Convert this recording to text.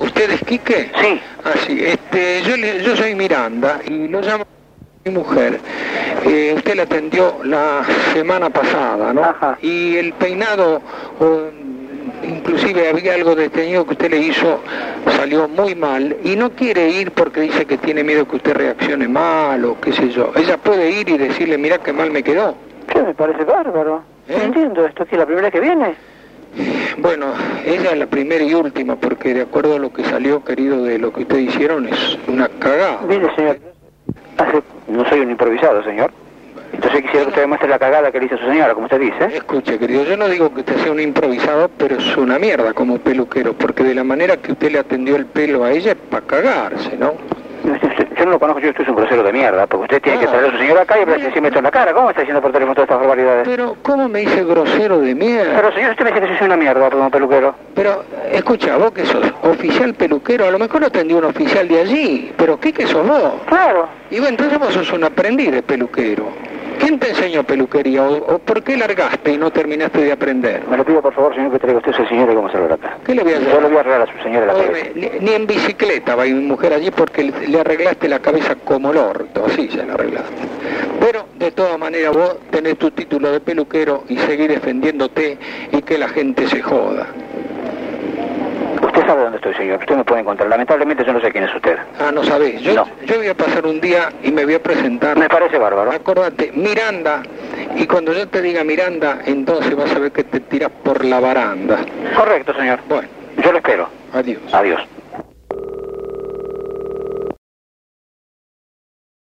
¿Usted es Quique? Sí. Ah, sí. Este, yo, le- yo soy Miranda y lo llamo mi mujer. Eh, usted la atendió la semana pasada, ¿no? Ajá. Y el peinado, o, inclusive había algo detenido que usted le hizo, salió muy mal y no quiere ir porque dice que tiene miedo que usted reaccione mal o qué sé yo. Ella puede ir y decirle, mira qué mal me quedó. ¿Qué? Me parece bárbaro. ¿Eh? No entiendo esto, que la primera que viene. Bueno, ella es la primera y última, porque de acuerdo a lo que salió, querido, de lo que ustedes hicieron, es una cagada. Mire, señor. hace- No soy un improvisado, señor. Entonces quisiera que usted me muestre la cagada que le hizo su señora, como usted dice. Escuche, querido, yo no digo que usted sea un improvisado, pero es una mierda como peluquero, porque de la manera que usted le atendió el pelo a ella es para cagarse, ¿no? Yo no lo conozco, yo usted es un grosero de mierda, porque usted tiene que Ah. salir a su señora acá y hablar- decirme esto en la cara. ¿Cómo está diciendo por teléfono todas estas barbaridades? Pero, ¿cómo me dice grosero de mierda? Pero señor, usted me dice que yo soy una mierda, perdón, peluquero. Pero, escucha, vos que sos oficial peluquero, a lo mejor lo atendió un oficial de allí, pero ¿qué que sos vos? Claro. Y bueno, entonces vos sos un aprendiz de peluquero. ¿Quién te enseñó peluquería? ¿O, o por qué largaste y no terminaste de aprender? Me lo pido, por favor, señor, que traiga usted a su señora y vamos a hablar acá. ¿Qué le voy a hacer? Yo le voy a arreglar a su señora la cabeza. Óyeme, ni, ni en bicicleta va a ir mi mujer allí porque le le arreglaste la cabeza como el orto, así se la arreglaste. Pero de todas maneras vos tenés tu título de peluquero y seguir defendiéndote y que la gente se joda. Usted sabe dónde estoy, señor. Usted me puede encontrar. Lamentablemente yo no sé quién es usted. Ah, no sabés, yo, No. yo voy a pasar un día y me voy a presentar. Me parece bárbaro. Acordate, Miranda, y cuando yo te diga Miranda, entonces vas a ver que te tiras por la baranda. Correcto, señor. Bueno, Yo lo espero. adiós. Adiós.